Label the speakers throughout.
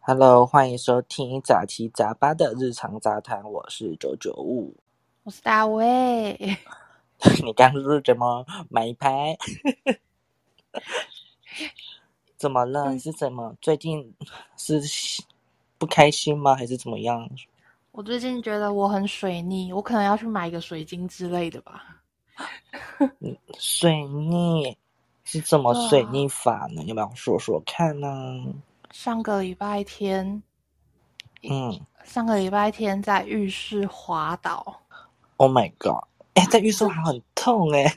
Speaker 1: Hello，欢迎收听杂七杂八的日常杂谈，我是九九五。
Speaker 2: 我是大卫，
Speaker 1: 你刚刚是怎么没拍？ 怎么了？你是怎么？最近是不开心吗？还是怎么样？
Speaker 2: 我最近觉得我很水逆，我可能要去买一个水晶之类的吧。
Speaker 1: 水逆是怎么
Speaker 2: 对啊
Speaker 1: 水逆法呢？要不要说说看呢、
Speaker 2: 上个礼拜天，
Speaker 1: 嗯
Speaker 2: 上个礼拜天在浴室滑倒，
Speaker 1: ，Oh my god！哎、在浴室还很痛哎、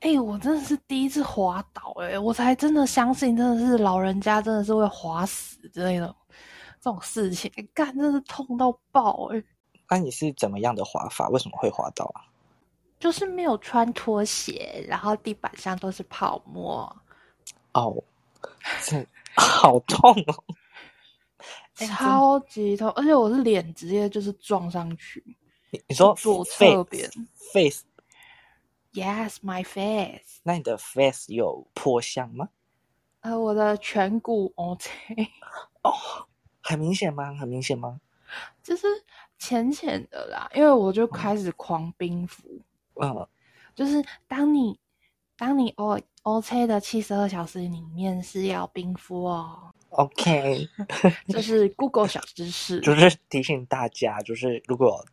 Speaker 2: 哎、我真的是第一次滑倒、哎，我才真的相信，真的是老人家真的是会滑死之类的这种事情，哎干真的是痛到爆、哎，
Speaker 1: 那、你是怎么样的滑法？为什么会滑倒啊？
Speaker 2: 就是没有穿拖鞋，然后地板上都是泡沫，
Speaker 1: 哦，这 好痛哦！哎真
Speaker 2: 超级痛，而且我是脸直接就是撞上去。
Speaker 1: 你你说
Speaker 2: 左
Speaker 1: face-
Speaker 2: 侧边
Speaker 1: face，
Speaker 2: Yes, my face。
Speaker 1: 那你的 face 有破相吗？
Speaker 2: 呃，我的颧骨 OK，
Speaker 1: 很明显吗？很明显吗？
Speaker 2: 就是浅浅的啦，因为我就开始狂冰敷，
Speaker 1: 嗯，
Speaker 2: 就是当你当你 O OK 的七十二小时里面是要冰敷哦，
Speaker 1: OK，
Speaker 2: 这是 Google 小知识。
Speaker 1: 就是提醒大家，就是如果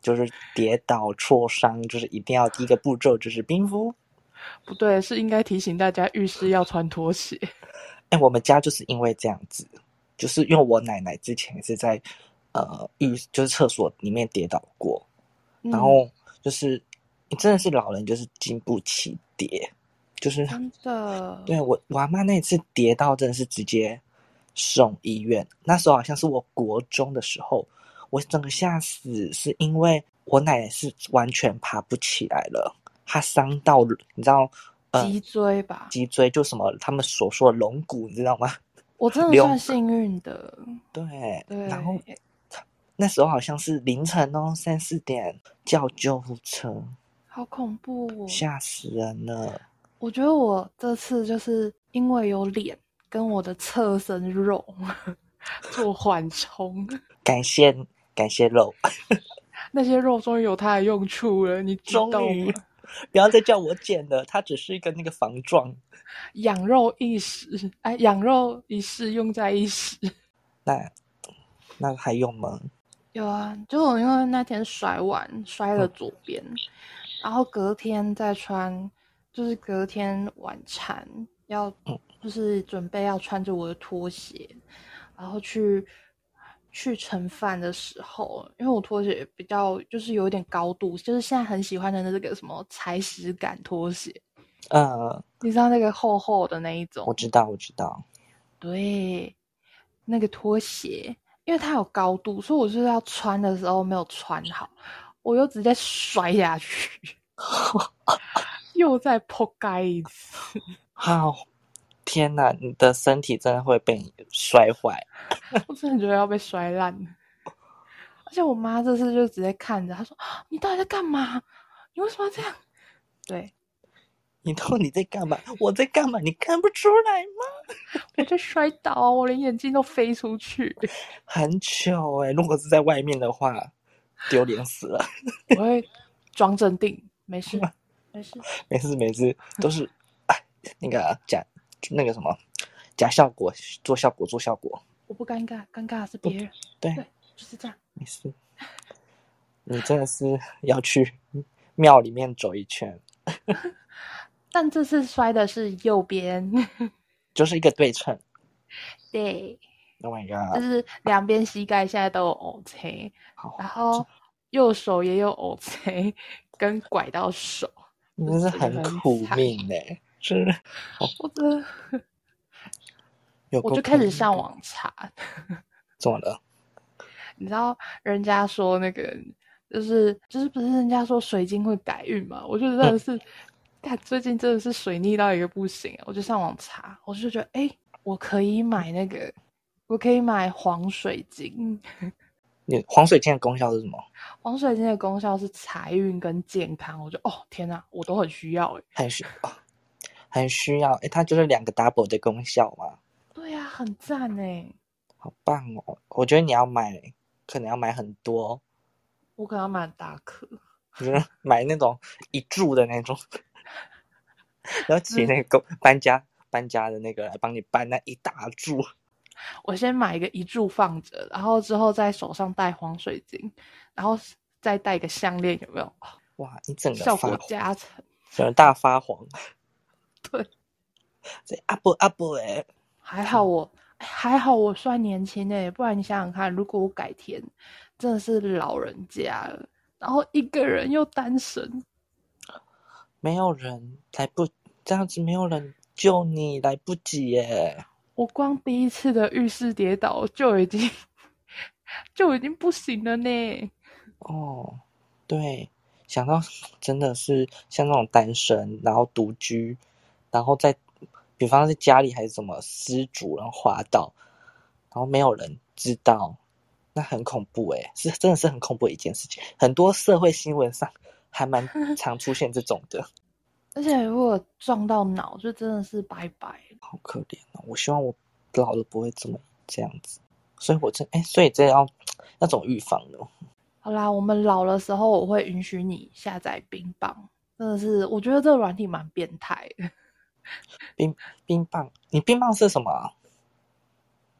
Speaker 1: 就是跌倒挫伤，就是一定要第一个步骤就是冰敷。
Speaker 2: 不对，是应该提醒大家浴室要穿拖鞋。
Speaker 1: 哎，我们家就是因为这样子，就是因为我奶奶之前也是在呃浴就是厕所里面跌倒过，
Speaker 2: 嗯
Speaker 1: 然后就是你真的是老人就是经不起跌，就是
Speaker 2: 嗯真的，
Speaker 1: 对我我阿妈那一次跌到真的是直接送医院，那时候好像是我国中的时候，我整个吓死，是因为我奶奶是完全爬不起来了，她伤到你知道，呃，
Speaker 2: 脊椎吧，
Speaker 1: 脊椎就什么他们所说的龙骨，你知道吗？
Speaker 2: 我真的
Speaker 1: 流
Speaker 2: 算幸运的。
Speaker 1: 对，
Speaker 2: 对，
Speaker 1: 然后那时候好像是凌晨哦，三四点叫救护车，
Speaker 2: 好恐怖哦！
Speaker 1: 吓死人了。
Speaker 2: 我觉得我这次就是因为有脸跟我的侧身肉 做缓冲，
Speaker 1: 感谢感谢 肉，
Speaker 2: 那些肉终于有它的用处了，你知道
Speaker 1: 终于
Speaker 2: 吗？
Speaker 1: 不要再叫我剪了，它只是一个那个防撞。
Speaker 2: 养肉一时，哎，养肉一世用在一时。
Speaker 1: 那那还用吗？
Speaker 2: 有啊，就我因为那天摔碗摔了
Speaker 1: 嗯
Speaker 2: 左边，然后隔天再穿，就是隔天晚餐要
Speaker 1: 嗯，
Speaker 2: 就是准备要穿着我的拖鞋，然后去去盛饭的时候，因为我拖鞋比较就是有一点高度，就是现在很喜欢的那个什么踩屎感拖鞋，
Speaker 1: 呃，
Speaker 2: 你知道那个厚厚的那一种，
Speaker 1: 我知道，我知道。
Speaker 2: 对，那个拖鞋，因为它有高度，所以我就是要穿的时候没有穿好，我又直接摔下去，又再破盖一次。
Speaker 1: 好，天哪，你的身体真的会被你摔坏。
Speaker 2: 我真的觉得要被摔烂了。而且我妈这次就直接看着，她说：“你到底在干嘛？你为什么要这样？”对，
Speaker 1: 你到底在干嘛？我在干嘛？你看不出来吗？
Speaker 2: 我就摔倒，啊我连眼镜都飞出去。
Speaker 1: 很糗哎、如果是在外面的话，丢脸死了。
Speaker 2: 我会装镇定，没事，没事。
Speaker 1: 每次每次都是，哎，那个假那个什么假效果，做效果做效果。
Speaker 2: 我不尴尬，尴尬的是别人。
Speaker 1: 对，
Speaker 2: 对，就是这样。
Speaker 1: 没事。你真的是要去庙里面走一圈，
Speaker 2: 但这次摔的是右边，
Speaker 1: 就是一个对称。
Speaker 2: 对，
Speaker 1: Oh my
Speaker 2: 就
Speaker 1: god！
Speaker 2: 是两边膝盖现在都有 OK，
Speaker 1: 好，
Speaker 2: 然后右手也有 OK，跟拐到手，
Speaker 1: 你真是很苦命呢、是
Speaker 2: 我的
Speaker 1: 有
Speaker 2: 我
Speaker 1: 够
Speaker 2: 就开
Speaker 1: 苦
Speaker 2: 始
Speaker 1: 命
Speaker 2: 上
Speaker 1: 的，
Speaker 2: 网查，
Speaker 1: 怎么了？
Speaker 2: 你知道人家说那个就是就是不是人家说水晶会改运嘛？我就真的是，看、最近真的是水逆到一个不行，我就上网查，我就觉得哎、诶我可以买那个，我可以买黄水晶。
Speaker 1: 你黄水晶的功效是什么？
Speaker 2: 黄水晶的功效是财运跟健康，我就哦天哪，我都很需要哎。
Speaker 1: 很需，哦很需要。诶，它就是两个 double 的功效嘛。
Speaker 2: 啊对呀、很赞哎。
Speaker 1: 好棒哦！我觉得你要买，可能要买很多，哦
Speaker 2: 我可能要买很大颗，
Speaker 1: 就是 买那种一柱的那种， 然后
Speaker 2: 嗯
Speaker 1: 请那个搬家搬家的那个来帮你搬那一大柱。
Speaker 2: 我先买一个一柱放着，然后之后在手上戴黄水晶，然后再戴一个项链，有没有？哦
Speaker 1: 哇，你整个
Speaker 2: 效
Speaker 1: 发
Speaker 2: 果
Speaker 1: 黄
Speaker 2: 加成。
Speaker 1: 整个大发黄，
Speaker 2: 对，
Speaker 1: 这 up up 哎，
Speaker 2: 还好我哎还好我算年轻诶、不然你想想看，如果我改天真的是老人家了，然后一个人又单身，
Speaker 1: 没有人来不这样子，没有人救你来不及耶。
Speaker 2: 我光第一次的浴室跌倒就已经就已经不行了呢。
Speaker 1: 哦，对，想到 真的是像那种单身，然后独居，然后在比方在家里还是怎么失主，然后滑倒，然后没有人知道，那很恐怖诶，是真的是很恐怖的一件事情。很多社会新闻上还蛮常出现这种的，
Speaker 2: 而且如果撞到脑，就真的是拜拜。
Speaker 1: 好可怜哦。我希望我老了不会这么这样子，所以我真哎，所以这要要怎么预防呢？
Speaker 2: 好啦，我们老的时候，我会允许你下载冰棒。真的是，我觉得这个软体蛮变态的，
Speaker 1: 冰棒，你冰棒是什么啊？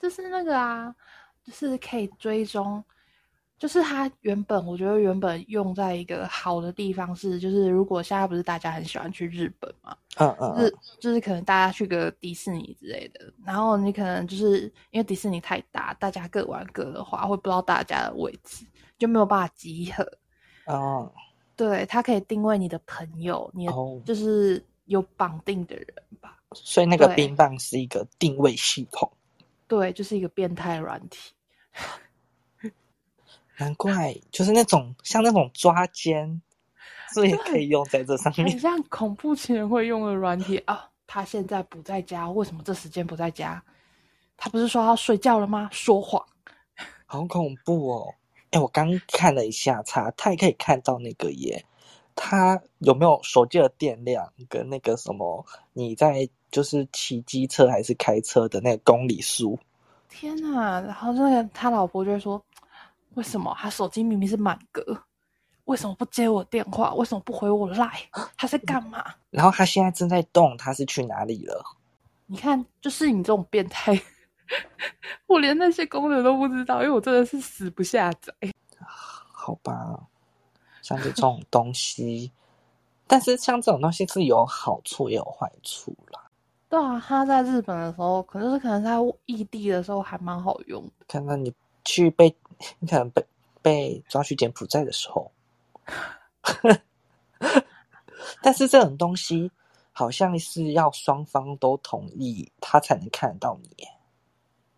Speaker 2: 就是那个啊，就是可以追踪，就是它原本我觉得原本用在一个好的地方是，就是如果现在不是大家很喜欢去日本嘛，
Speaker 1: 嗯嗯
Speaker 2: 就是
Speaker 1: 嗯，
Speaker 2: 就是可能大家去个迪士尼之类的，然后你可能就是因为迪士尼太大，大家各玩各的话，会不知道大家的位置，就没有办法集合。
Speaker 1: 哦
Speaker 2: 对，它可以定位你的朋友，你的
Speaker 1: 哦。
Speaker 2: 就是有绑定的人吧。
Speaker 1: 所以那个
Speaker 2: 对
Speaker 1: 冰棒是一个定位系统，
Speaker 2: 对，就是一个变态软体。
Speaker 1: 难怪就是那种像那种抓奸，所以可以用在这 上
Speaker 2: 很
Speaker 1: 面。
Speaker 2: 哎像恐怖情人会用的软体啊！他现在不在家，为什么这时间不在家？他不是说他睡觉了吗？说谎，
Speaker 1: 好恐怖哦！哎、我刚看了一下查，它也可以看到那个耶，它有没有手机的电量跟那个什么你在就是骑机车还是开车的那个公里数？
Speaker 2: 天哪！然后那个他老婆就会说，为什么他手机明明是满格，为什么不接我电话？为什么不回我赖？他在干嘛？
Speaker 1: 然后它现在正在动，它是去哪里了？
Speaker 2: 你看，就是你这种变态， 我连那些功能都不知道，因为我真的是死不下载。
Speaker 1: 好吧，像这种东西， 但是像这种东西是有好处也有坏处啦。
Speaker 2: 对啊，他在日本的时候，可能是可能在异地的时候还蛮好用的。
Speaker 1: 看到你去被， 你可能被被抓去柬埔寨的时候， 但是这种东西好像是要双方都同意，他才能看得到你耶，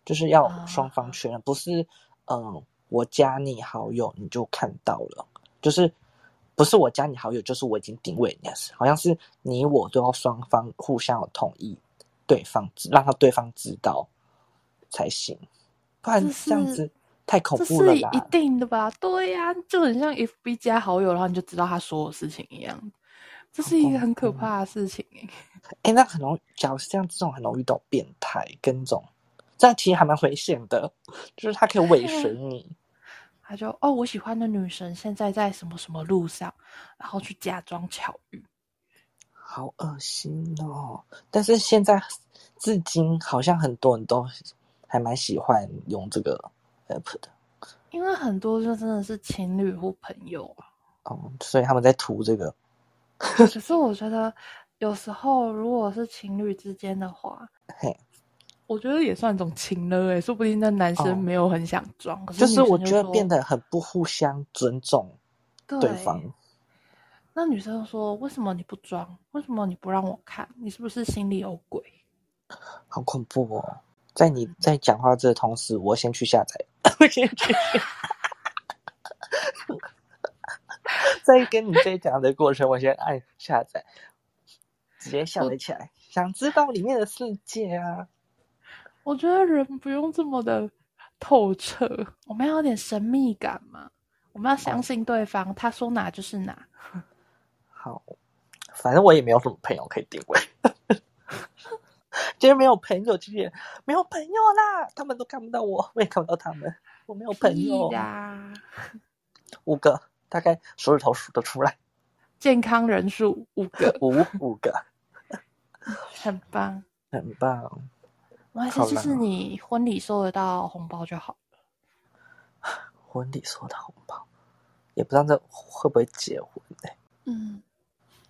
Speaker 1: 就是要双方确认，不是嗯我加你好友你就看到了，就是不是我加你好友，就是我已经定位你了，好像是你我都要双方互相有同意，对方让他对方知道才行，不然
Speaker 2: 这
Speaker 1: 这样
Speaker 2: 是
Speaker 1: 子太恐
Speaker 2: 这
Speaker 1: 怖了
Speaker 2: 是
Speaker 1: 啦
Speaker 2: 一。定的吧？对呀、就很像 FB 加好友，然后你就知道他所有事情一样。这是一个很可怕的事情、欸，
Speaker 1: 哎、那很容易，假如是这样，这种很容易遇到变态跟这种，这样其实还蛮危险的，就是他可以 尾随你。
Speaker 2: 他就哦，我喜欢的女神现在在什么什么路上，然后去假装巧遇。
Speaker 1: 好恶心哦！但是现在至今好像很多人都还蛮喜欢用这个 app 的
Speaker 2: 因为很多就真的是情侣或朋友 啊。
Speaker 1: 哦，所以他们在图这个
Speaker 2: 可是我觉得有时候如果是情侣之间的话，
Speaker 1: 嘿，
Speaker 2: 我觉得也算一种情了哎、说不定那男
Speaker 1: 哦
Speaker 2: 生没有很想装，可
Speaker 1: 就是
Speaker 2: 女生
Speaker 1: 我
Speaker 2: 就
Speaker 1: 觉得
Speaker 2: 说
Speaker 1: 变得很不互相尊重对方。
Speaker 2: 那女生就说：“为什么你不装？为什么你不让我看？你是不是心里有鬼
Speaker 1: 好恐怖哦！在你
Speaker 2: 嗯
Speaker 1: 在讲话这的同时，我先去下载，我先去下载。在跟你在讲的过程，我先按下载，直接下载起来，想知道里面的世界啊！？”
Speaker 2: 我觉得人不用这么的透彻，我们要有点神秘感嘛。我们要相信对方，他说哪就是哪。
Speaker 1: 好，反正我也没有什么朋友可以定位，今天没有朋友，今天没有朋友啦，他们都看不到我，我也看不到他们，我没有朋友
Speaker 2: 屁。啦
Speaker 1: 五个，大概手指头数得出来，
Speaker 2: 健康人数五个，
Speaker 1: 五五个，
Speaker 2: 很棒。
Speaker 1: 很棒。
Speaker 2: 没关系
Speaker 1: 好，
Speaker 2: 就
Speaker 1: 啦
Speaker 2: 是你婚礼收得到红包就好。
Speaker 1: 婚礼收到红包，也不知道这会不会结婚呢、
Speaker 2: 嗯，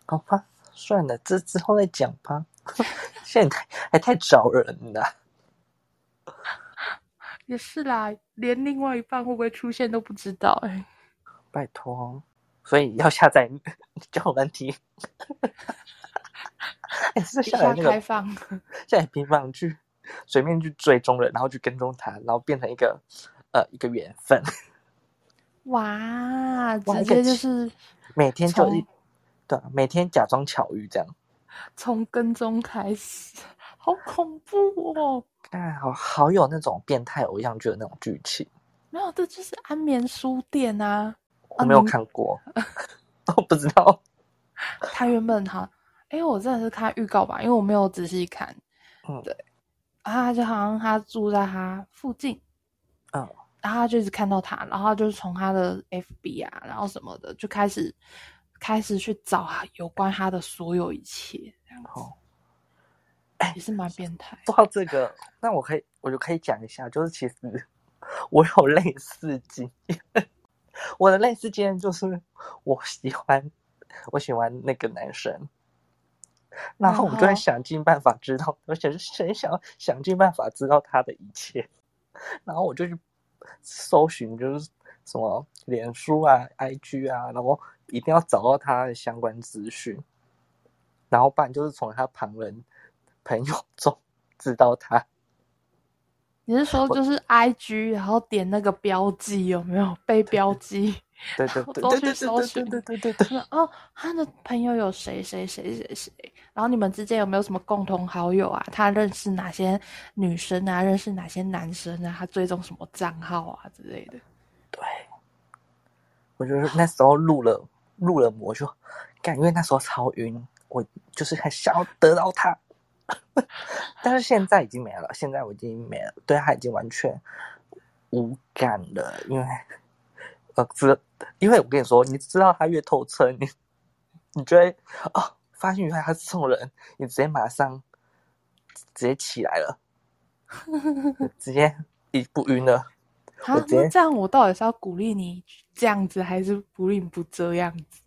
Speaker 1: 好吧，算了，这之后再讲吧。 现在太还太招人了，
Speaker 2: 也是啦，连另外一半会不会出现都不知道哎、
Speaker 1: 拜托。所以要下载 交友软 体，哎、是
Speaker 2: 以
Speaker 1: 下载
Speaker 2: 下
Speaker 1: 那
Speaker 2: 开
Speaker 1: 个
Speaker 2: 放，
Speaker 1: 下载平方去随便去追踪人，然后去跟踪他，然后变成一个呃一个缘分，
Speaker 2: 哇，
Speaker 1: 哇
Speaker 2: 直
Speaker 1: 一个
Speaker 2: 接就
Speaker 1: 起
Speaker 2: 是
Speaker 1: 每天就一
Speaker 2: 从
Speaker 1: 对啊，每天假装巧遇这样。
Speaker 2: 从跟踪开始，好恐怖哦！
Speaker 1: 哎，好好有那种变态偶像剧的那种剧情，
Speaker 2: 没有，这就是安眠书店啊。
Speaker 1: 我没有
Speaker 2: 你
Speaker 1: 看过， 我不知道。
Speaker 2: 他原本哈，哎、我真的是看预告吧，因为我没有仔细看
Speaker 1: 嗯，
Speaker 2: 对啊，就好像他住在他附近，
Speaker 1: 嗯，
Speaker 2: 然后他就一直看到他，然后他就从他的 FB 啊，然后什么的，就开始开始去找他有关他的所有一切，这样子
Speaker 1: 好，
Speaker 2: 也是蛮变态。
Speaker 1: 说到这个，那我可以，我就可以讲一下，就是其实 我有类似经验。 我的类似经验就是，我喜欢我喜欢那个男生，然后我就
Speaker 2: 然
Speaker 1: 会
Speaker 2: 后
Speaker 1: 想尽办法知道，而且是很想想尽办法知道他的一切，然后我就去搜寻，就是什么脸书啊、IG 啊，然后一定要找到他的相关资讯，然后不然就是从他旁人朋友中知道他。
Speaker 2: 你是说就是 I G，然后点那个标记有没有被标记？
Speaker 1: 对 对对
Speaker 2: 都
Speaker 1: 对
Speaker 2: 去
Speaker 1: 对
Speaker 2: 搜
Speaker 1: 对
Speaker 2: 寻
Speaker 1: 对对对对对，
Speaker 2: 就是哦，他的朋友有谁谁谁谁谁，然后你们之间有没有什么共同好友啊？他认识哪些女生啊？认识哪些男生啊？他追踪什么账号啊之类的？
Speaker 1: 对，我就是那时候入了入了魔就，感觉那时候超晕，我就是很想要得到他， 但是现在已经没了，现在我已经没了，对他已经完全无感了，因为呃知，因为我跟你说，你知道他越透彻，你你就会哦，发现原来他是这种人，你直接马上直接起来了，直接一不晕了。
Speaker 2: 啊
Speaker 1: 我直，接
Speaker 2: 那这样我到底是要鼓励你这样子，还是鼓励你不这样子？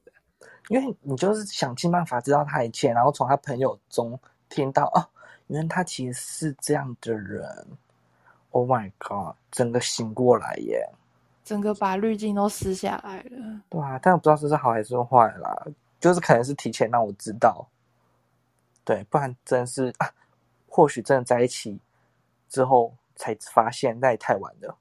Speaker 1: 因为你就是想尽办法知道他一切，然后从他朋友中听到哦，原来他其实是这样的人。Oh my god！整个醒过来耶，
Speaker 2: 整个把滤镜都撕下来了，
Speaker 1: 对啊，但我不知道这是好还是坏啦，就是可能是提前让我知道，对，不然真的是啊，或许真的在一起之后才发现，那也太晚了。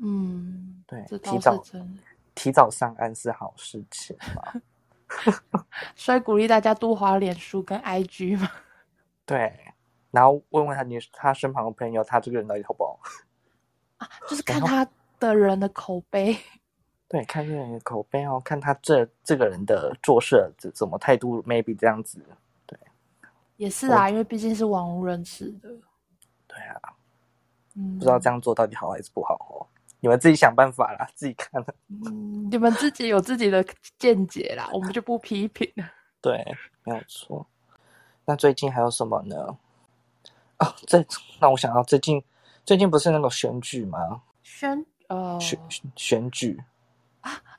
Speaker 2: 嗯，
Speaker 1: 对
Speaker 2: 这，倒
Speaker 1: 提
Speaker 2: 是
Speaker 1: 早
Speaker 2: 真的。
Speaker 1: 提早上岸是好事情嘛。
Speaker 2: 所以鼓励大家多滑脸书跟 IG 嘛。
Speaker 1: 对，然后问问他你他身旁的朋友，他这个人到底好不好？
Speaker 2: 啊，就是看
Speaker 1: 然后
Speaker 2: 他的人的口碑。
Speaker 1: 对，看这个人的口碑哦，看他这这个人的做事怎怎么态度，maybe 这样子。
Speaker 2: 也是啊，因为毕竟是网络认识的，
Speaker 1: 对啊，
Speaker 2: 嗯，
Speaker 1: 不知道这样做到底好还是不好哦，你们自己想办法啦，自己看。
Speaker 2: 嗯，你们自己有自己的见解啦，我们就不批评了。
Speaker 1: 对，没有错。那最近还有什么呢？哦，这让我想到最近，最近不是那个选举吗？
Speaker 2: 宣呃，
Speaker 1: 选选举，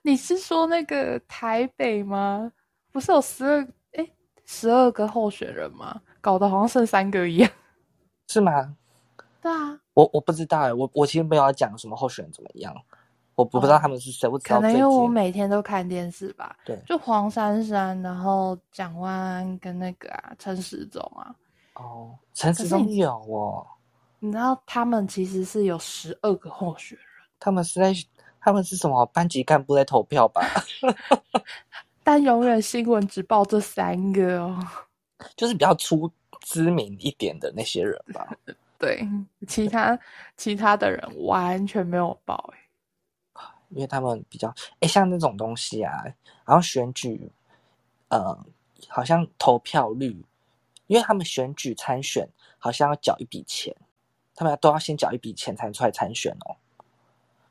Speaker 2: 你是说那个台北吗？不是有十二哎十二个候选人吗？搞得好像剩三个一样。
Speaker 1: 是吗？
Speaker 2: 对啊，
Speaker 1: 我我不知道哎，我我其实没有要讲什么候选人怎么样，我不知道他们是谁，我只知
Speaker 2: 哦
Speaker 1: 道
Speaker 2: 可能
Speaker 1: 最
Speaker 2: 因为我
Speaker 1: 近
Speaker 2: 每天都看电视吧，
Speaker 1: 对
Speaker 2: 就黄珊珊，然后蒋万安跟那个啊陈时中啊，
Speaker 1: 哦，陈
Speaker 2: 可
Speaker 1: 时
Speaker 2: 是
Speaker 1: 中
Speaker 2: 你
Speaker 1: 有哦。
Speaker 2: 你知道他们其实是有十二个候选人。
Speaker 1: 他们是在他们是什么班级干部在投票吧？
Speaker 2: 但永远新闻只报这三个哦。
Speaker 1: 就是比较出知名一点的那些人吧。
Speaker 2: 对，其他其他的人完全没有报、欸，
Speaker 1: 因为他们比较哎、像那种东西啊，然后选举，呃，好像投票率因为他们选举参选好像要缴一笔钱，他们都要先缴一笔钱才能出来参选哦。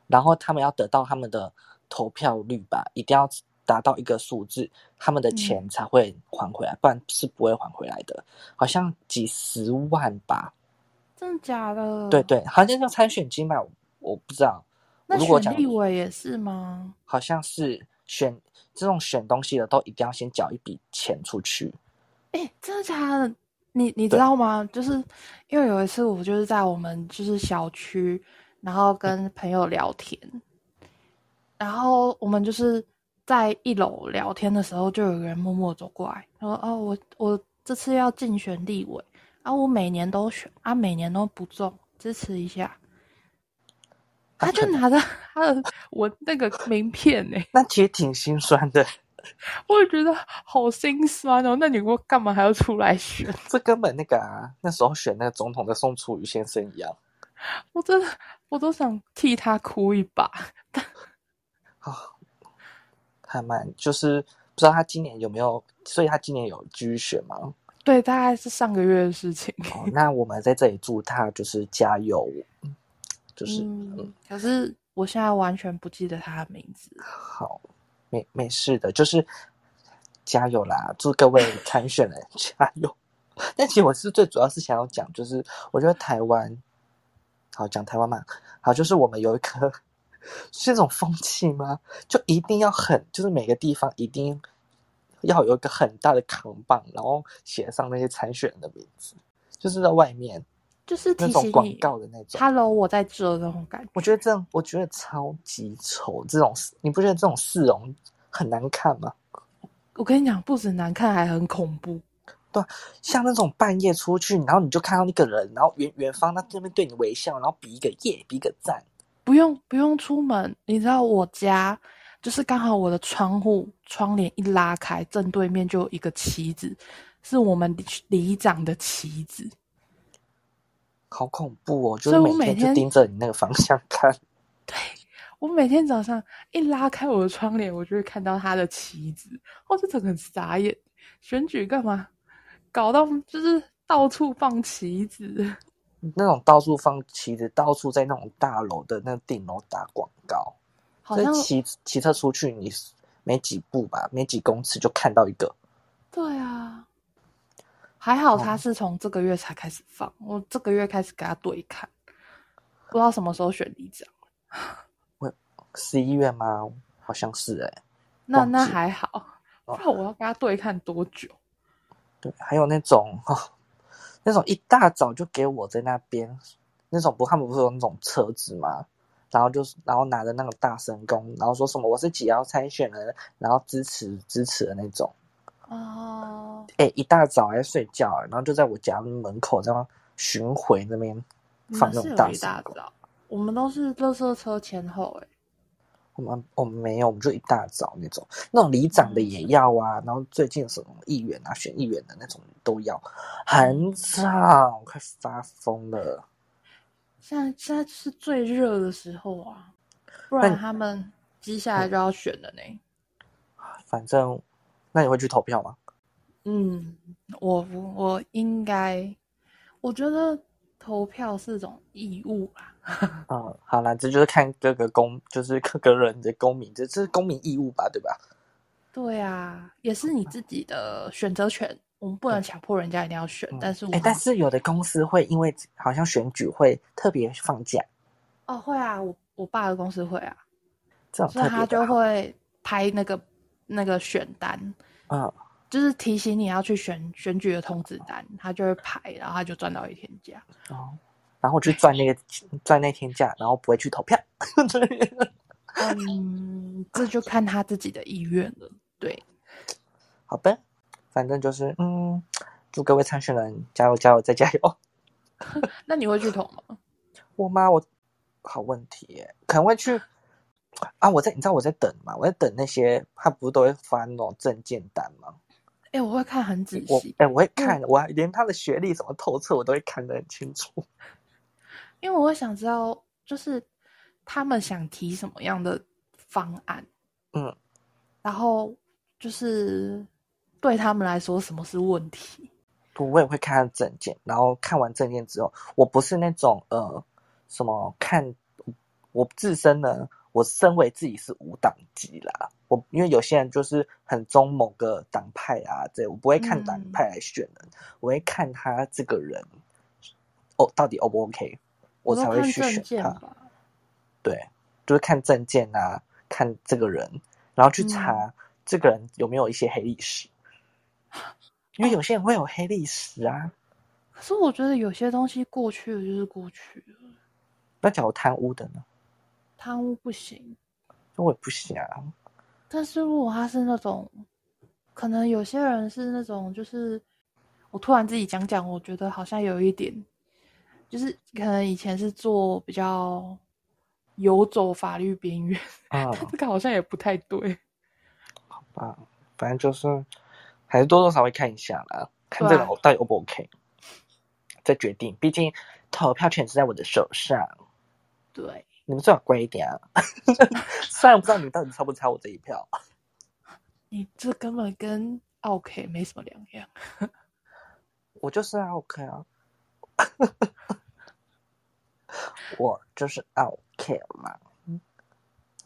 Speaker 1: 然后他们要得到他们的投票率吧，一定要达到一个数字，他们的
Speaker 2: 嗯
Speaker 1: 钱才会还回来，不然是不会还回来的。好像几十万吧，
Speaker 2: 真的假的？
Speaker 1: 对。对，好像叫参选金吧，我我不知道。
Speaker 2: 嗯那
Speaker 1: 如果
Speaker 2: 选
Speaker 1: 讲
Speaker 2: 立委也是吗？
Speaker 1: 好像是选这种选东西的，都一定要先缴一笔钱出去。
Speaker 2: 哎、真的假的？你你知
Speaker 1: 对
Speaker 2: 道吗？就是因为有一次我就是在我们就是小区，然后跟朋友聊天，然后我们就是在一楼聊天的时候，就有个人默默走过来，然后哦，我我这次要竞选立委，啊，我每年都选，啊，每年都不中，支持一下。他就
Speaker 1: 啊可能
Speaker 2: 拿着他的我那个名片呢、
Speaker 1: 那其实挺心酸的，
Speaker 2: 我也觉得好心酸哦。那你我干嘛还要出来选？
Speaker 1: 这根本那个啊，那时候选那个总统跟宋楚瑜先生一样。
Speaker 2: 我真的我都想替他哭一把。
Speaker 1: 啊、还蛮就是不知道他今年有没有，所以他今年有继续选吗？
Speaker 2: 对，大概是上个月的事情。
Speaker 1: 哦，那我们在这里祝他就是加油，嗯就是、
Speaker 2: 嗯，可是我现在完全不记得他的名字。
Speaker 1: 好，没没事的，就是加油啦，祝各 位参选人加油。但其实我是最主要是想要讲，就是我觉得台湾，好讲台湾嘛，好就是我们有一个是这种风气吗？就一定要很，就是每个地方一定要有一个很大的扛棒，然后写上那些参选人的名字，就是在外面
Speaker 2: 就是
Speaker 1: 那
Speaker 2: 提
Speaker 1: 种
Speaker 2: 醒
Speaker 1: 广
Speaker 2: 你
Speaker 1: 告的那种。
Speaker 2: ，Hello，我在这那种感觉。
Speaker 1: 我觉得这样，我觉得超级丑。这种你不觉得这种市容很难看吗？
Speaker 2: 我跟你讲，不止难看，还很恐怖。
Speaker 1: 像那种半夜出去，然后你就看到那个人，然后远远方他这边对你微笑，然后比一个耶，比一个赞。
Speaker 2: 不用不用出门，你知道我家就是刚好我的窗户窗帘一拉开，正对面就有一个旗子，是我们里里长的旗子。
Speaker 1: 好恐怖哦！就
Speaker 2: 所以
Speaker 1: 是
Speaker 2: 我
Speaker 1: 每
Speaker 2: 每
Speaker 1: 天就
Speaker 2: 天
Speaker 1: 盯着你那个方向看，
Speaker 2: 我每天早上一拉开我的窗帘，我就会看到他的旗子，我就整个很傻眼。选举干嘛？搞到就是到处放旗子，
Speaker 1: 那种到处放旗子，到处在那种大楼的那顶楼打广告。
Speaker 2: 好
Speaker 1: 所
Speaker 2: 像
Speaker 1: 以骑骑车出去，你没几步吧，没几公尺就看到一个。
Speaker 2: 对啊。还好
Speaker 1: 哦
Speaker 2: 他是从这个月才开始放，我这个月开始给他对看，不知道什么时候选里长。
Speaker 1: 十一月吗？好像是哎、
Speaker 2: 那
Speaker 1: 忘
Speaker 2: 那
Speaker 1: 记
Speaker 2: 还好，不
Speaker 1: 哦
Speaker 2: 然我要跟他对看多久？
Speaker 1: 对，还有那种 哦，那种一大早就给我在那边，那种不，他们不是有那种车子吗？然后就是，然后拿着那个大神功，然后说什么我是几号参选人，然后支持支持的那种。
Speaker 2: 哦，
Speaker 1: 哎，一大早还在睡觉，欸然后就在我家门口这样巡回那边
Speaker 2: 你
Speaker 1: 放
Speaker 2: 们
Speaker 1: 那
Speaker 2: 是
Speaker 1: 种
Speaker 2: 有一
Speaker 1: 神
Speaker 2: 大
Speaker 1: 功。
Speaker 2: 早，我们都是垃圾车前后、欸，
Speaker 1: 我们我们没有，我们就一大早那种，那种里长的也要啊，然后最近什么议员啊、选议员的那种都要，很吵，我快发疯了。
Speaker 2: 现在现在是最热的时候啊，不
Speaker 1: 那
Speaker 2: 然
Speaker 1: 你
Speaker 2: 他们接下来就要选了呢。
Speaker 1: 反正，那你会去投票吗？
Speaker 2: 嗯，我不我应该，我觉得投票是种义务啊。
Speaker 1: 嗯，好啦，这就是看各个公，就是各个人的公民，这这是公民义务吧，对吧？
Speaker 2: 对啊，也是你自己的选择权，我们不能强迫人家一定要选，但是我
Speaker 1: 哎、
Speaker 2: 们
Speaker 1: 但是有的公司会因为好像选举会特别放假，
Speaker 2: 哦会啊，我我爸的公司会啊，
Speaker 1: 这种
Speaker 2: 所以
Speaker 1: 哦特
Speaker 2: 他
Speaker 1: 别
Speaker 2: 啊就
Speaker 1: 的好，
Speaker 2: 会拍那个那个选单，
Speaker 1: 嗯，
Speaker 2: 就是提醒你要去选选举的通知单，他就会排，然后他就赚到一天假。
Speaker 1: 哦，然后我去赚那个赚那天假，然后不会去投票，
Speaker 2: 嗯，这就看他自己的意愿了。对，
Speaker 1: 好吧，反正就是嗯，祝各位参选人加油加油再加油！
Speaker 2: 那你会去投 吗？
Speaker 1: 我妈我好问题耶，可能会去啊，我在你知道我在等嘛，我在等那些他不是都会发那种证件单吗？
Speaker 2: 哎、我会看很仔
Speaker 1: 我
Speaker 2: 细，
Speaker 1: 哎、我会看，我还连他的学历什么透彻我都会看得很清楚。
Speaker 2: 因为我会想知道，就是他们想提什么样的方案，
Speaker 1: 嗯，
Speaker 2: 然后就是对他们来说什么是问题。
Speaker 1: 我也会看他证件，然后看完证件之后，我不是那种呃什么看我自身呢，我身为自己是无党籍啦，我因为有些人就是很忠某个党派啊，这我不会看党
Speaker 2: 嗯
Speaker 1: 派来选人，我会看他这个人哦到底 O 不 OK，我
Speaker 2: 都
Speaker 1: 才会
Speaker 2: 看
Speaker 1: 去选
Speaker 2: 证件
Speaker 1: 他。
Speaker 2: 吧。
Speaker 1: 对，就是看证件啊，看这个人，然后去
Speaker 2: 嗯
Speaker 1: 查这个人有没有一些黑历史，因为有些人会有黑历史啊。
Speaker 2: 可是我觉得有些东西过去了就是过去了，
Speaker 1: 那假如贪污的呢？
Speaker 2: 贪污不行。
Speaker 1: 那我也不行 啊。
Speaker 2: 但是如果他是那种，可能有些人是那种，就是我突然自己讲讲，我觉得好像有一点，就是可能以前是做比较游走法律边缘，
Speaker 1: 啊、
Speaker 2: 这个好像也不太对。
Speaker 1: 啊，反正就是还是多多少少会看一下啦，看这
Speaker 2: 对
Speaker 1: 个
Speaker 2: 啊
Speaker 1: 到底 O 不 OK，再决定。毕竟投票权是在我的手上，
Speaker 2: 对，
Speaker 1: 你们最好乖一点啊。 虽然我不知道你们到底抄不抄我这一票，
Speaker 2: 你这根本跟 OK 没什么两样。
Speaker 1: 我就是啊 OK 啊， 我就是啊 OK 嘛，嗯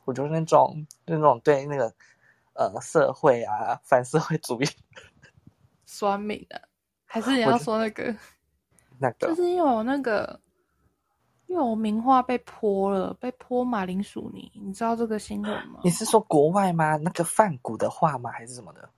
Speaker 1: 我就是那种那种对那个呃社会啊反社会主义
Speaker 2: 酸敏啊，还是你
Speaker 1: 我
Speaker 2: 要
Speaker 1: 觉
Speaker 2: 说那个，
Speaker 1: 那个，
Speaker 2: 就是因为我那个，因为我名画被泼了，被泼马铃薯泥，你知道这个新闻吗？
Speaker 1: 你是说国外吗？那个梵谷的话吗？还是什么的？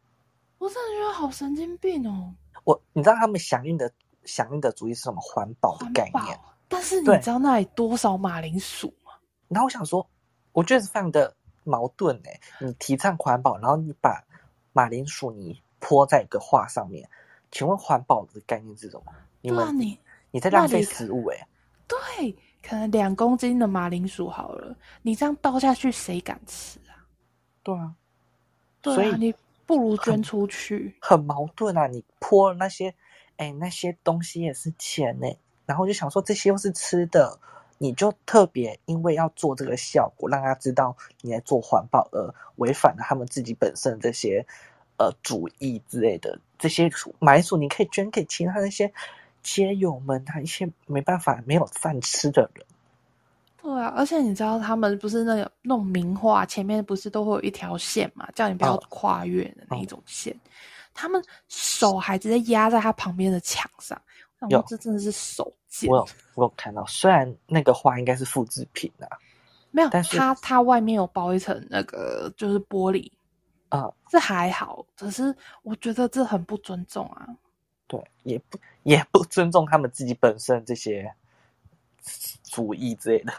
Speaker 2: 我真的觉得好神经病哦，
Speaker 1: 我你知道他们响应的响应的主义是什么环保的
Speaker 2: 环
Speaker 1: 概
Speaker 2: 保
Speaker 1: 念？。
Speaker 2: 但是你
Speaker 1: 对
Speaker 2: 知道那里多少马铃薯吗？
Speaker 1: 然后我想说，我觉得是非常的矛盾哎、你提倡环保，然后你把马铃薯泥泼在一个画上面，请问环保的概念是什么？你
Speaker 2: 对啊，
Speaker 1: 们
Speaker 2: 你
Speaker 1: 你在浪
Speaker 2: 那
Speaker 1: 费
Speaker 2: 里
Speaker 1: 食物哎、
Speaker 2: 对，可能两公斤的马铃薯好了，你这样倒下去谁敢吃啊？
Speaker 1: 对啊，所
Speaker 2: 对啊，
Speaker 1: 以
Speaker 2: 你不如捐出去。
Speaker 1: 很矛盾啊！你泼那些哎、那些东西也是钱哎、然后我就想说这些又是吃的。你就特别因为要做这个效果，让他知道你在做环保，而违反了他们自己本身的这些呃主义之类的这些买薯，你可以捐给其他那些街友们啊，一些没办法没有饭吃的人。
Speaker 2: 对啊，而且你知道他们不是那个那种名画前面不是都会有一条线嘛，叫你不要
Speaker 1: 哦
Speaker 2: 跨越的那一种线，他们手还直接压在他旁边的墙上，我想
Speaker 1: 有
Speaker 2: 说这真的是手贱
Speaker 1: 我。有我有看到，虽然那个画应该是复制品啊，
Speaker 2: 没有，
Speaker 1: 但是
Speaker 2: 它它外面有包一层那个就是玻璃，
Speaker 1: 啊
Speaker 2: 这还好。可是我觉得这很不尊重啊！
Speaker 1: 对，也不也不尊重他们自己本身这些主义之类的，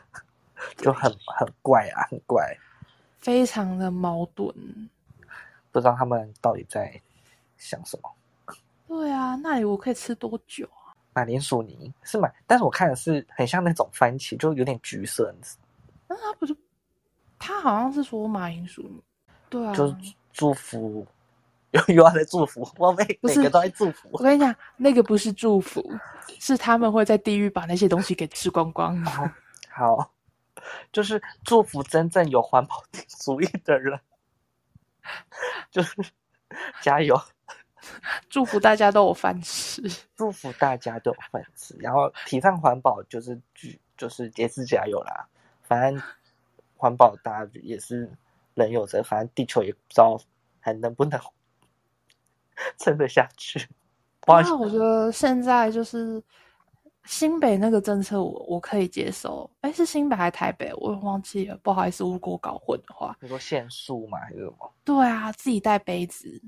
Speaker 1: 就很很怪啊，很怪，
Speaker 2: 非常的矛盾。
Speaker 1: 不知道他们到底在想什么。
Speaker 2: 对啊，那里我可以吃多久啊？
Speaker 1: 马铃薯泥是买，但是我看的是很像那种番茄，就有点橘色，
Speaker 2: 那他不是他好像是说马铃薯泥，对啊，
Speaker 1: 就是祝福，又又要在祝福，我每
Speaker 2: 不
Speaker 1: 每
Speaker 2: 是
Speaker 1: 个都在祝
Speaker 2: 我
Speaker 1: 福
Speaker 2: 跟你讲，那个不是祝福，是他们会在地狱把那些东西给吃光光。
Speaker 1: 好，就是祝福真正有环保主义的人， 就是加油。
Speaker 2: 祝福大家都有饭吃。
Speaker 1: 祝福大家都有饭吃，然后提倡环保就是举就是也是加油啦，反正环保大家也是人有责，反正地球也不知道还能不能 撑得下去。哇，
Speaker 2: 那我觉得现在就是新北那个政策我，我可以接受。哎，是新北还是台北？我也忘记了，不好意思，如果搞混的话。
Speaker 1: 你说限速嘛还是什么？
Speaker 2: 对啊，自己带杯子。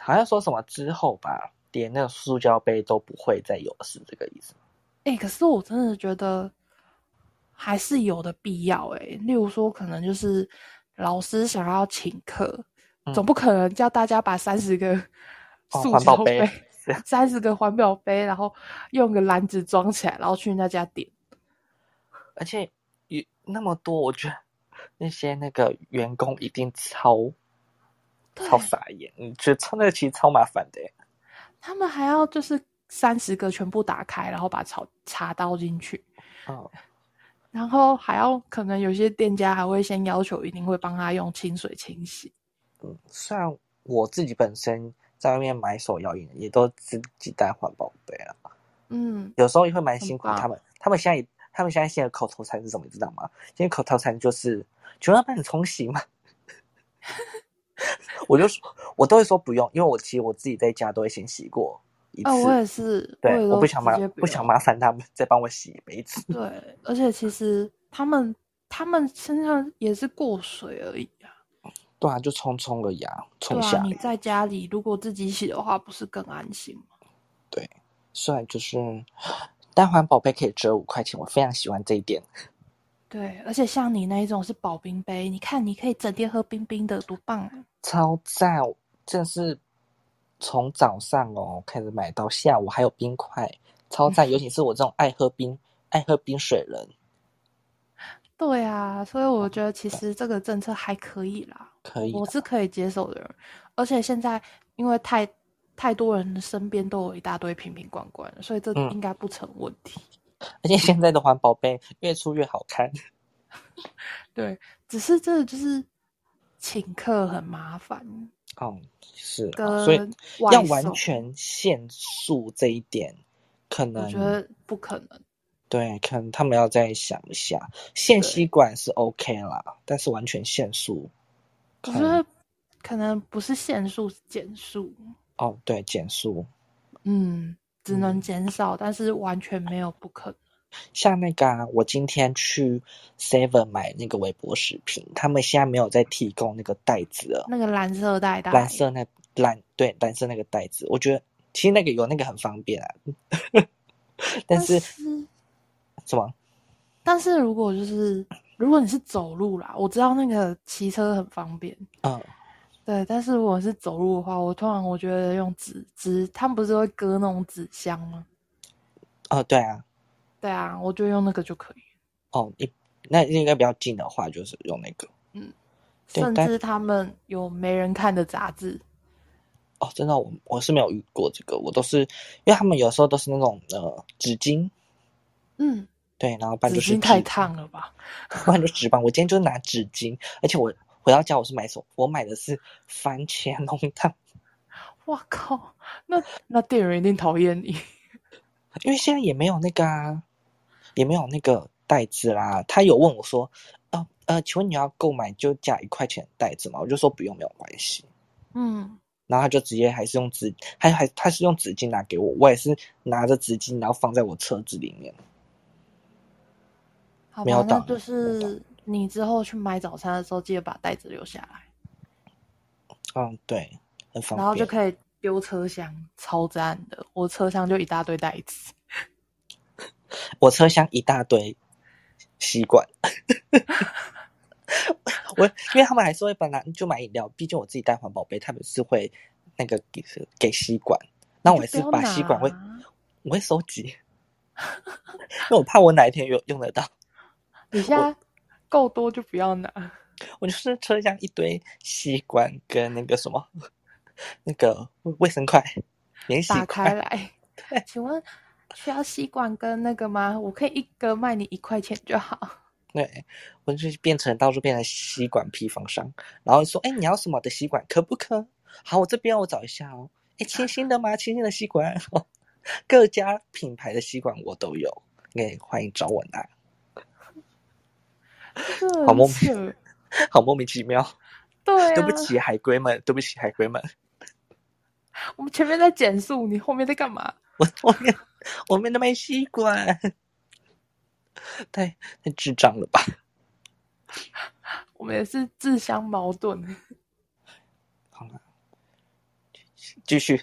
Speaker 1: 好像说什么之后吧，连那个塑胶杯都不会再有，是这个意思吗？
Speaker 2: 哎，可是我真的觉得还是有的必要哎。例如说，可能就是老师想要请客，
Speaker 1: 嗯
Speaker 2: 总不可能叫大家把三十个
Speaker 1: 哦
Speaker 2: 塑
Speaker 1: 环保
Speaker 2: 胶
Speaker 1: 杯啊
Speaker 2: 杯、三十个环保杯，然后用个篮子装起来，然后去那家点。
Speaker 1: 而且也那么多，我觉得那些那个员工一定超
Speaker 2: 对
Speaker 1: 超傻眼，你觉得超那个其实超麻烦的耶。欸
Speaker 2: 他们还要就是三十个全部打开，然后把草茶倒进去，
Speaker 1: 哦，
Speaker 2: 然后还要可能有些店家还会先要求一定会帮他用清水清洗。
Speaker 1: 嗯，虽然我自己本身在外面买手摇饮，也都自己带环保杯啊。
Speaker 2: 嗯，
Speaker 1: 有时候也会蛮辛苦
Speaker 2: 很棒
Speaker 1: 他们。他们现在也，他们现在现在的口头禅是什么？你知道吗？今天口头禅就是“请问要帮你冲洗吗？” 我就说，我都会说不用，因为我其实我自己在家都会先洗过一次。
Speaker 2: 啊，我也是，
Speaker 1: 对
Speaker 2: 我，也
Speaker 1: 我
Speaker 2: 都
Speaker 1: 不想
Speaker 2: 直
Speaker 1: 麻
Speaker 2: 接
Speaker 1: 不想
Speaker 2: 用
Speaker 1: 麻烦他们再帮我洗一杯 子。
Speaker 2: 对，而且其实他们他们身上也是过水而已啊。
Speaker 1: 对啊，就冲冲了呀，
Speaker 2: 对
Speaker 1: 冲下
Speaker 2: 啊，
Speaker 1: 来。
Speaker 2: 你在家里如果自己洗的话，不是更安心吗？
Speaker 1: 虽然就是， 但环保杯可以折五块钱，我非常喜欢这一点。
Speaker 2: 对，而且像你那一种是保冰杯，你看你可以整天喝冰冰的，多棒啊！
Speaker 1: 超赞！真的是从早上哦开始买到下午，还有冰块，超
Speaker 2: 嗯
Speaker 1: 赞！尤其是我这种爱喝冰、爱喝冰水人，
Speaker 2: 对啊，所以
Speaker 1: 哦
Speaker 2: 我觉得其实这个政策还可以啦，
Speaker 1: 可以
Speaker 2: 我
Speaker 1: 的
Speaker 2: 是可以接受的人。而且现在因为太太多人身边都有一大堆瓶瓶罐罐了，所以这
Speaker 1: 嗯
Speaker 2: 应该不成问题。
Speaker 1: 而且现在的环保杯越出越好看，
Speaker 2: 对，只是这就是请客很麻烦，
Speaker 1: 嗯，是啊，所以
Speaker 2: 跟外
Speaker 1: 要
Speaker 2: 送
Speaker 1: 完全限速这一点，可
Speaker 2: 我觉得
Speaker 1: 能
Speaker 2: 不可能。
Speaker 1: 对，可能他们要再想一下。限
Speaker 2: 对
Speaker 1: 吸管是 OK 啦，但是完全限速，
Speaker 2: 我
Speaker 1: 可
Speaker 2: 觉
Speaker 1: 能
Speaker 2: 得可能不是限速，是减速。
Speaker 1: 哦，对，减速。
Speaker 2: 嗯，只能
Speaker 1: 嗯
Speaker 2: 减少，但是完全没有不可能。
Speaker 1: 像那个、啊，我今天去 Seven 买那个微波食品，他们现在没有再提供那个袋子了，
Speaker 2: 那个蓝色袋带，
Speaker 1: 蓝色那蓝对蓝色那个袋子，我觉得其实那个有那个很方便啊， 但
Speaker 2: 嗯
Speaker 1: 是
Speaker 2: 是
Speaker 1: 什么？
Speaker 2: 但是如果就是如果你是走路啦，我知道那个骑车很方便，
Speaker 1: 嗯，
Speaker 2: 对。但是我是走路的话，我通常我觉得用纸纸，他们不是会割那种纸箱吗？
Speaker 1: 哦，对啊，
Speaker 2: 对啊，我就用那个就可以。
Speaker 1: 哦，你那应该比较近的话，就是用那个对
Speaker 2: 甚
Speaker 1: 但
Speaker 2: 至他们有没人看的杂志，
Speaker 1: 哦，真的，我我是没有遇过这个，我都是因为他们有时候都是那种呃纸巾，
Speaker 2: 嗯，
Speaker 1: 对，然后不然
Speaker 2: 纸
Speaker 1: 就是
Speaker 2: 巾太
Speaker 1: 纸
Speaker 2: 烫了吧？
Speaker 1: 不然就纸 板。我今天就拿纸巾，而且我回到家我是买什么？我买的是番茄浓汤，
Speaker 2: 哇靠，那那店员一定讨厌 你。
Speaker 1: 因为现在也没有那个啊，也没有那个袋子啦。他有问我说，呃呃，请问你要购买就加一块钱的袋子吗？我就说不用，没有关系。
Speaker 2: 嗯，
Speaker 1: 然后他就直接还是用纸，还还他是用纸巾拿给我，我也是拿着纸巾，然后放在我车子里面。
Speaker 2: 好
Speaker 1: 没有
Speaker 2: 吧，那
Speaker 1: 挡
Speaker 2: 就
Speaker 1: 没有挡
Speaker 2: 是你之后去买早餐的时候，记得把袋子留下来，
Speaker 1: 嗯，对，很方便。
Speaker 2: 然后就可以丢车厢，超赞的。我车厢就一大堆袋子，
Speaker 1: 我车厢一大堆吸 管。我因为他们还是会本来就买饮料，毕竟我自己带环保杯，他们是会那个给给吸管，那我也是
Speaker 2: 就不要
Speaker 1: 把吸管会
Speaker 2: 拿
Speaker 1: 我会收集，因为我怕我哪一天用用得到。
Speaker 2: 你现在够多就不要拿。
Speaker 1: 我就是车厢一堆吸管跟那个什么那个卫生筷、免洗
Speaker 2: 打开
Speaker 1: 筷，
Speaker 2: 来。 请问需要吸管跟那个吗？我可以一个卖你一块钱就好。
Speaker 1: 对我就是变成到处变成吸管批发商，然后说：“哎，你要什么的吸管可不可？好，我这边我找一下哦。哎，清新的吗？清新的吸管， 各家品牌的吸管我都有，哎，欢迎找我拿。
Speaker 2: 这
Speaker 1: 好莫
Speaker 2: 很
Speaker 1: 名
Speaker 2: 扯。
Speaker 1: 好莫名其妙，
Speaker 2: 对、啊，
Speaker 1: 对不，起海龟们，对不起海龟们，
Speaker 2: 我们前面在减速，你后面在干嘛？
Speaker 1: 我我面我面都没吸管， 太太智障了吧？
Speaker 2: 我们也是自相矛盾。
Speaker 1: 好了，继续，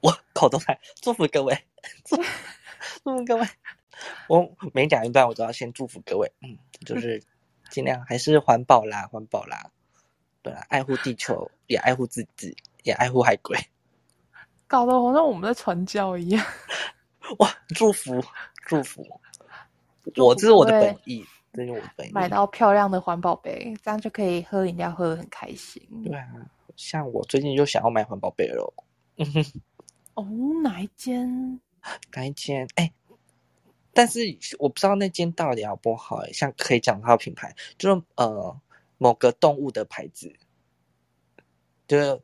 Speaker 1: 我口头禅，祝福各位，祝祝福各位。我每讲一段，我都要先祝福各位，嗯，就是尽量还是环保啦，环保啦，对啦，爱护地球，也爱护自己，也爱护海龟。
Speaker 2: 搞得好像我们在传教一样。
Speaker 1: 哇，祝福，祝福，
Speaker 2: 祝
Speaker 1: 我
Speaker 2: 福
Speaker 1: 这是我的
Speaker 2: 各位
Speaker 1: 本意，这是我的本意。
Speaker 2: 买到漂亮的环保杯，这样就可以喝饮料喝得很开心。
Speaker 1: 对啊，像我最近就想要买环保杯了哦，
Speaker 2: 哦，哪一间？
Speaker 1: 哪一间？哎、但是我不知道那间到底好不好、欸，像可以讲它的品牌，就是呃某个动物的牌子，就是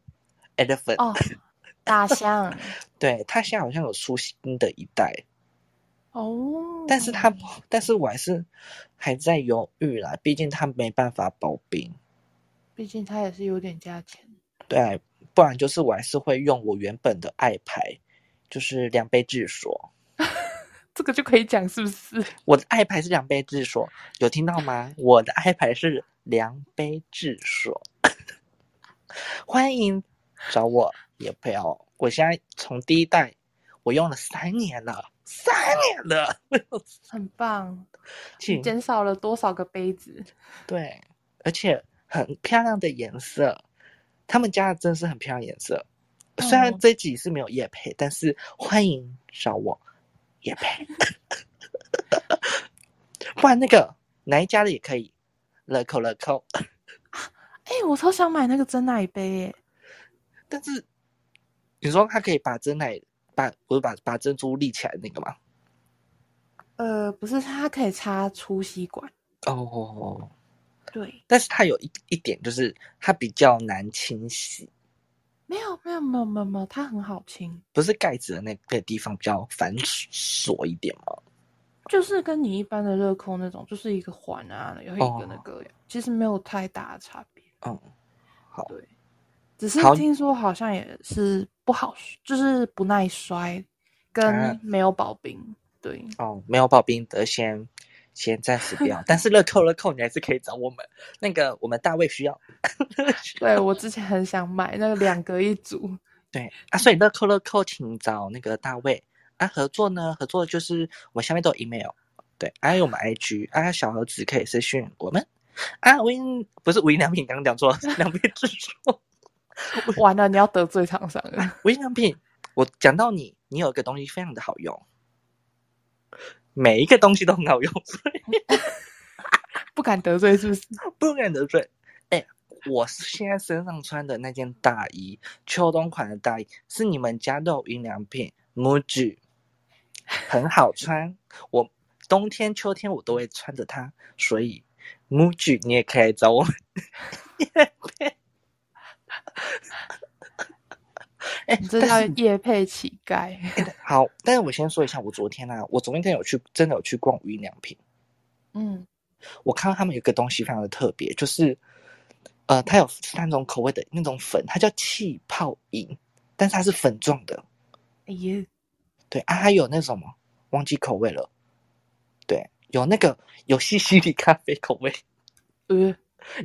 Speaker 1: elephant，、
Speaker 2: 哦大 象
Speaker 1: 对，它现在好像有出新的一代，
Speaker 2: 哦，
Speaker 1: 但是它，但是我还是还在犹豫啦，毕竟它没办法保冰，
Speaker 2: 毕竟它也是有点价钱，
Speaker 1: 对，不然就是我还是会用我原本的爱牌，就是两倍制所，
Speaker 2: 这个就可以讲是不是？
Speaker 1: 我的爱牌是两倍制所，有听到吗？我的爱牌是两倍制所，欢迎找我也配哦，我现在从第一代我用了三年了，三年了，
Speaker 2: 很棒，
Speaker 1: 请
Speaker 2: 减少了多少个杯子？
Speaker 1: 对，而且很漂亮的颜色，他们家的真的是很漂亮颜色。虽然
Speaker 2: 哦
Speaker 1: 这集是没有夜配，但是欢迎找我夜配。 不然那个哪一家的也可以，乐扣乐扣。
Speaker 2: 哎、我超想买那个真奶杯耶！
Speaker 1: 但是你说他可以把真奶把不是把把珍珠立起来那个吗？
Speaker 2: 呃，不是，它可以插粗吸管，
Speaker 1: 哦，
Speaker 2: 对，
Speaker 1: 但是它有一一点就是它比较难清洗，
Speaker 2: 没有没有没有没有没有，它很好清，
Speaker 1: 不是盖子的那个地方比较繁琐一点吗？
Speaker 2: 就是跟你一般的乐扣那种，就是一个环啊，然后一个那
Speaker 1: 哦
Speaker 2: 个，其实没有太大的差别。
Speaker 1: 嗯，好
Speaker 2: 对，只是
Speaker 1: 好
Speaker 2: 听说好像也是不好，就是不耐摔，跟
Speaker 1: 啊
Speaker 2: 没有保冰。对，
Speaker 1: 哦，没有保冰的先先暂时不要，但是乐扣乐扣你还是可以找我们，那个我们大卫需要。
Speaker 2: 对我之前很想买那个两个一组，
Speaker 1: 对啊，所以乐扣乐扣请找那个大卫啊，合作呢，合作就是我们下面都有 email，对，还、有我们 IG，啊小盒子可以私讯我们啊，无印不是无印良品，刚刚讲错了，两边制 作，
Speaker 2: 完了你要得罪厂商了。
Speaker 1: 无印良品，我讲到你，你有一个东西非常的好用，每一个东西都很好用，所以
Speaker 2: 不敢得罪， 是不是？
Speaker 1: 不敢得罪。哎、我现在身上穿的那件大衣，秋冬款的大衣，是你们家的无印良品 MUJI，很好穿。我冬天、秋天我都会穿着它，所以 MUJI 你也可以来找我们。哎、
Speaker 2: 你这叫
Speaker 1: 但是
Speaker 2: 夜配乞丐。
Speaker 1: 好，但是我先说一下，我昨天啊，我昨天有去，真的有去逛无印良品。
Speaker 2: 嗯，
Speaker 1: 我看到他们有一个东西非常的特别，就是，呃，它有三种口味的那种粉，它叫气泡饮，但是它是粉状的。
Speaker 2: 哎呀，
Speaker 1: 对啊，还有那什么忘记口味了，对，有那个有西西里咖啡口味，
Speaker 2: 呃，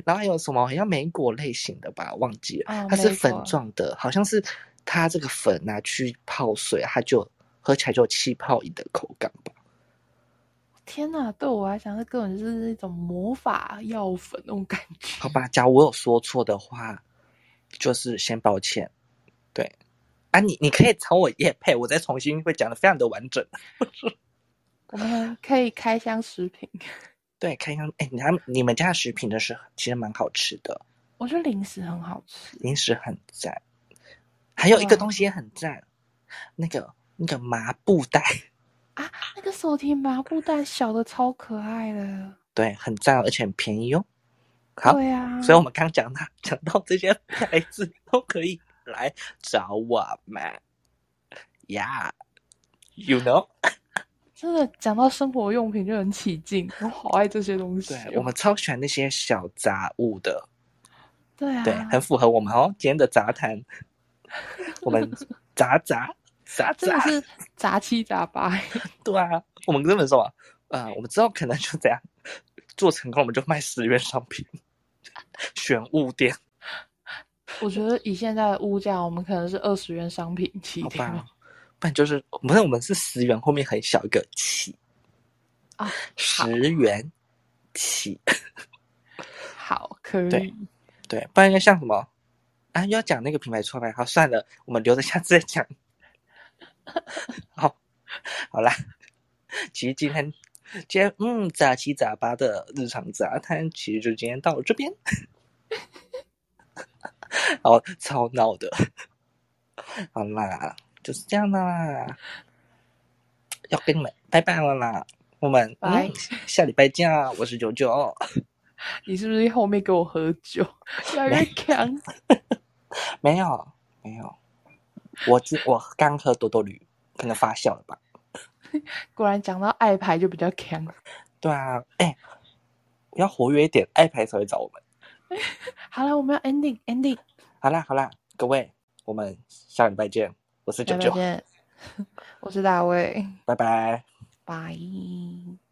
Speaker 1: 然后还有什么好像莓果类型的吧，忘记了，
Speaker 2: 哦
Speaker 1: 它是
Speaker 2: 莓
Speaker 1: 粉
Speaker 2: 果
Speaker 1: 状的，好像是它这个粉拿去泡水，它就喝起来就有气泡饮的口感吧。
Speaker 2: 天哪，对我来讲，这根本就是一种魔法药粉那种感觉。
Speaker 1: 好吧，假如我有说错的话，就是先抱歉。对，啊，你你可以找我叶配，我再重新会讲的非常的完整。
Speaker 2: 我 们可以开箱食品，
Speaker 1: 对，看一下，哎，你他们你们家的食品真是其实蛮好吃的，
Speaker 2: 我觉得零食很好吃。
Speaker 1: 零食很赞，还有一个
Speaker 2: 哇
Speaker 1: 东西也很赞，那个那个麻布袋，
Speaker 2: 那个手提麻布袋小的超可爱的，
Speaker 1: 对，很赞，而且很便宜哦。好，
Speaker 2: 对啊，
Speaker 1: 所以我们刚讲到讲到这些牌子都可以来找我们，Yeah，you know。
Speaker 2: 真的讲到生活用品就很起劲，我好爱这些东西
Speaker 1: 对
Speaker 2: 哦、
Speaker 1: 我们超喜欢那些小杂物的，
Speaker 2: 对啊，
Speaker 1: 对，很符合我们哦今天的杂谈。我 们杂杂杂
Speaker 2: 真的
Speaker 1: 杂，
Speaker 2: 是杂七杂八。
Speaker 1: 对啊，我们根本说，呃，我们之后可能就这样做成功，我们就卖十元商品，选物店，
Speaker 2: 我觉得以现在的物价，我们可能是二十元商品起
Speaker 1: 好
Speaker 2: 跳。
Speaker 1: 吧？不然就是不是我们是十元，后面很小一个起
Speaker 2: 啊，好
Speaker 1: 十元起，
Speaker 2: 好，可
Speaker 1: 对
Speaker 2: 以。
Speaker 1: 对，不然要像什么啊？又要讲那个品牌出来，好，算了，我们留着下次再讲。好，好啦，其实今天今天嗯杂七杂八的日常杂谈，其实就今天到这边。好，超闹的。好啦，就是这样啦，要跟你们拜拜了啦。我们
Speaker 2: 拜
Speaker 1: 嗯、下礼拜见啊！我是九九，
Speaker 2: 你是不是后面给 我喝酒，越来越强？
Speaker 1: 没有没有，我 今我刚喝多多驴，可能发酵了吧？
Speaker 2: 果然讲到爱牌就比较强，
Speaker 1: 对啊，哎、要活跃一点，爱牌才会找我们。
Speaker 2: 好了，我们要 ending ending，
Speaker 1: 好啦好啦，各位，我们下礼拜见。我是九
Speaker 2: 拜拜
Speaker 1: 九，
Speaker 2: 见，我是大卫，
Speaker 1: 拜拜。
Speaker 2: 拜。